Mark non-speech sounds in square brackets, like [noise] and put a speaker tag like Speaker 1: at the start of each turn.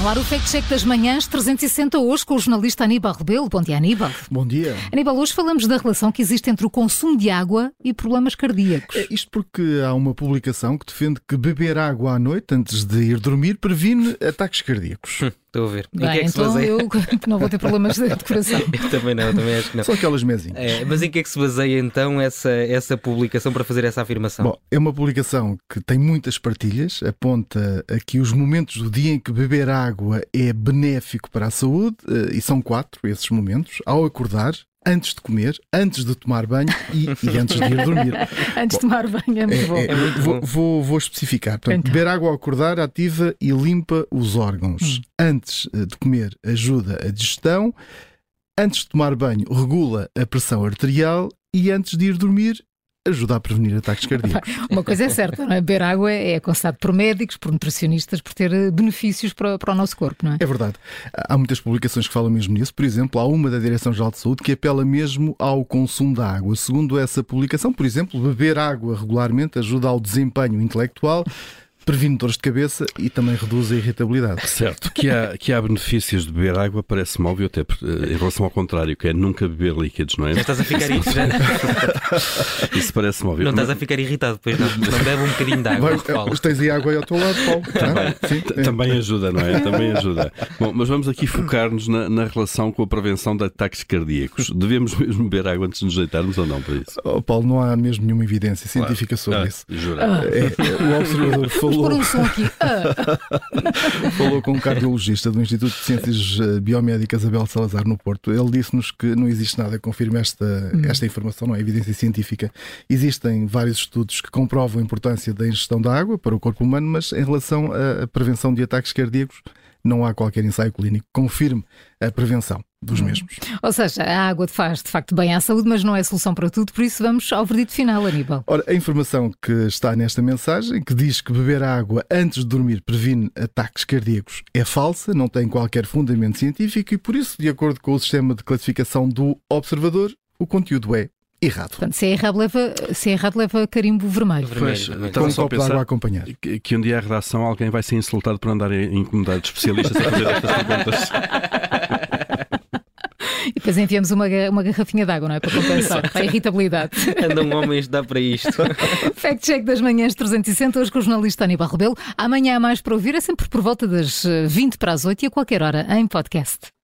Speaker 1: no ar o Fact Check das Manhãs 360 hoje com o jornalista Aníbal Rebelo. Bom dia, Aníbal.
Speaker 2: Bom dia.
Speaker 1: Aníbal, hoje falamos da relação que existe entre o consumo de água e problemas
Speaker 3: Eh,
Speaker 1: cardíacos.
Speaker 2: É isto porque há uma publicação que defende que beber água à noite antes de ir dormir previne ataques cardíacos.
Speaker 3: Estou a ver. Em
Speaker 1: Bem,
Speaker 3: que é que se
Speaker 1: então
Speaker 3: baseia?
Speaker 1: eu [laughs] não vou ter problemas de de coração.
Speaker 3: [laughs] Eu também não, também acho que não.
Speaker 2: São aquelas mesinhas.
Speaker 3: É, mas em que é que se baseia então essa, essa publicação para fazer essa afirmação?
Speaker 2: Bom, é uma publicação que tem muitas partilhas, aponta aqui os momentos do dia em que beber água é benéfico para a saúde, eh, e são quatro esses momentos: ao acordar, antes de comer, antes de tomar banho e, e antes de ir dormir.
Speaker 1: Antes de tomar banho, é muito bom.
Speaker 2: É, é,
Speaker 3: muito
Speaker 2: vou,
Speaker 3: bom. eh,
Speaker 2: vou- vou especificar. Portanto,
Speaker 1: Então.
Speaker 2: Beber água ao acordar ativa e limpa os
Speaker 1: Hum.
Speaker 2: órgãos. Antes eh, de comer, ajuda a digestão. Antes de tomar banho, regula a pressão arterial. E antes de ir dormir, ajuda a prevenir ataques cardíacos.
Speaker 1: Uma coisa é certa, não é? Beber água é aconselhado por médicos, por nutricionistas, por ter eh, benefícios para, para o nosso corpo, não é?
Speaker 2: É verdade. Há muitas publicações que falam mesmo nisso. Por exemplo, há uma da Direção-Geral de Saúde que apela mesmo ao consumo da água. Segundo essa publicação, por exemplo, beber água regularmente ajuda ao desempenho intelectual, previne dores de cabeça e também reduz a irritabilidade.
Speaker 4: Certo, que há, que há benefícios de beber água, parece-me óbvio, até por- eh, em relação ao contrário, que é nunca beber líquidos, não é?
Speaker 3: Não estás a
Speaker 2: [laughs]
Speaker 3: ficar, ir- já-
Speaker 4: Isso parece-me óbvio.
Speaker 3: não estás a ficar irritado, pois não. Não bebe um bocadinho de água,
Speaker 2: Vai,
Speaker 3: Paulo.
Speaker 2: eh, tens aí água aí ao teu lado, Paulo.
Speaker 4: Também.
Speaker 2: Ah, sim.
Speaker 4: T- Também ajuda,
Speaker 3: [laughs]
Speaker 4: não é? Também ajuda. Bom, mas vamos aqui focar-nos na, na relação com a prevenção de ataques cardíacos. Devemos mesmo beber água antes de nos deitarmos ou não para isso?
Speaker 2: Oh, Paulo, não há mesmo nenhuma evidência científica sobre
Speaker 4: Ah,
Speaker 2: isso.
Speaker 4: Jura.
Speaker 2: É, é, o observador
Speaker 1: Por
Speaker 2: falou,
Speaker 1: um som
Speaker 3: [laughs]
Speaker 1: aqui. Ah,
Speaker 2: falou com um cardiologista do Instituto de Ciências eh, Biomédicas Abel Salazar no Porto. Ele disse-nos que não existe nada que confirme esta, esta informação, não é evidência científica. Existem vários estudos que comprovam a importância da ingestão da água para o corpo humano, mas em relação à à prevenção de ataques cardíacos, não há qualquer ensaio clínico que confirme a prevenção dos mesmos.
Speaker 1: ou seja, a água faz de facto bem à saúde, mas não é solução para tudo, por isso vamos ao verdito final, Aníbal.
Speaker 2: Ora, a informação que está nesta mensagem, que diz que beber água antes de dormir previne ataques cardíacos, é falsa, não tem qualquer fundamento científico e, por isso, de acordo com o sistema de classificação do Observador, o conteúdo é errado.
Speaker 1: Portanto, se é errado, leva, se é errado, leva carimbo vermelho.
Speaker 4: Pois,
Speaker 3: Vermelho,
Speaker 2: Com
Speaker 4: estava
Speaker 2: um
Speaker 4: só a
Speaker 2: copo de água a
Speaker 4: pensar
Speaker 2: acompanhar.
Speaker 4: que, que um dia à redação alguém vai ser insultado por andar a incomodar especialistas a fazer estas perguntas.
Speaker 1: E depois enviamos uma, ga- uma garrafinha de água, não é? Para compensar a irritabilidade.
Speaker 3: [laughs] Andam homens, dá
Speaker 2: [laughs]
Speaker 3: para isto.
Speaker 1: Fact Check das manhãs 360, hoje com o jornalista Aníbal Rebelo. Amanhã há mais para ouvir, é sempre por volta das eh, 20 para as 8 e a qualquer hora em podcast.